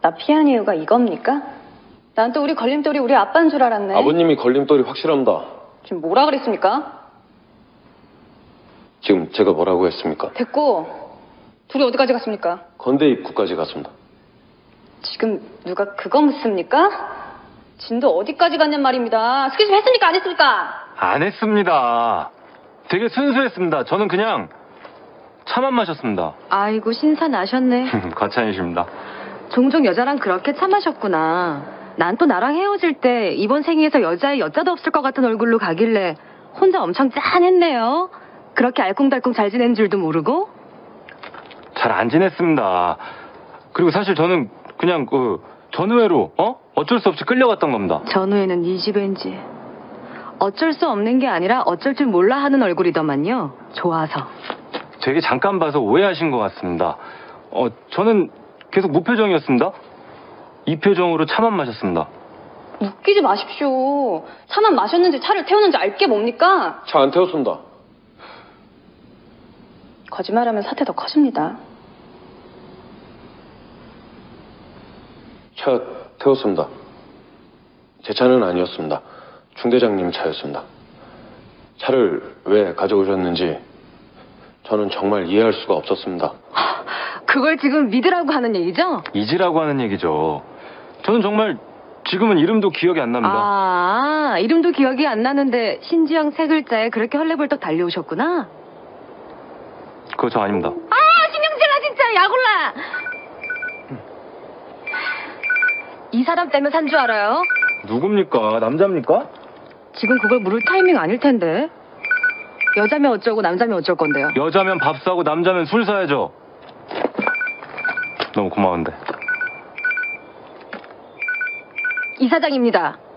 나 피한 이유가 이겁니까? 난 또 우리 걸림돌이 우리 아빠인 줄 알았네. 아버님이 걸림돌이 확실합니다. 지금 뭐라 그랬습니까? 지금 제가 뭐라고 했습니까? 됐고, 둘이 어디까지 갔습니까? 건대 입구까지 갔습니다. 지금 누가 그거 묻습니까? 진도 어디까지 갔냔 말입니다. 스킨십 했습니까? 안 했습니까? 안 했습니다. 되게 순수했습니다. 저는 그냥 차만 마셨습니다. 아이고 신사 나셨네. 과찬이십니다. 종종 여자랑 그렇게 참하셨구나. 난 또 나랑 헤어질 때 이번 생에서 여자의 여자도 없을 것 같은 얼굴로 가길래 혼자 엄청 짠했네요. 그렇게 알콩달콩 잘 지낸 줄도 모르고. 잘 안 지냈습니다. 그리고 사실 저는 그냥 그 전후회로 어? 어쩔 수 없이 끌려갔던 겁니다. 전후에는 이 집엔지. 어쩔 수 없는 게 아니라 어쩔 줄 몰라 하는 얼굴이더만요. 좋아서. 되게 잠깐 봐서 오해하신 것 같습니다. 어, 저는 계속 무표정이었습니다. 이 표정으로 차만 마셨습니다. 웃기지 마십시오. 차만 마셨는지 차를 태우는지 알게 뭡니까? 차 안 태웠습니다. 거짓말하면 사태 더 커집니다. 차 태웠습니다. 제 차는 아니었습니다. 중대장님 차였습니다. 차를 왜 가져오셨는지 저는 정말 이해할 수가 없었습니다. 그걸 지금 믿으라고 하는 얘기죠? 이지라고 하는 얘기죠. 저는 정말 지금은 이름도 기억이 안 납니다. 아, 이름도 기억이 안 나는데 신지영 세 글자에 그렇게 헐레벌떡 달려오셨구나. 그거 저 아닙니다. 아, 신경질나 진짜 야골라. 음. 이 사람 때문에 산 줄 알아요? 누굽니까? 남자입니까? 지금 그걸 물을 타이밍 아닐 텐데. 여자면 어쩌고 남자면 어쩔 건데요. 여자면 밥 사고 남자면 술 사야죠. 너무 고마운데. 이사장입니다.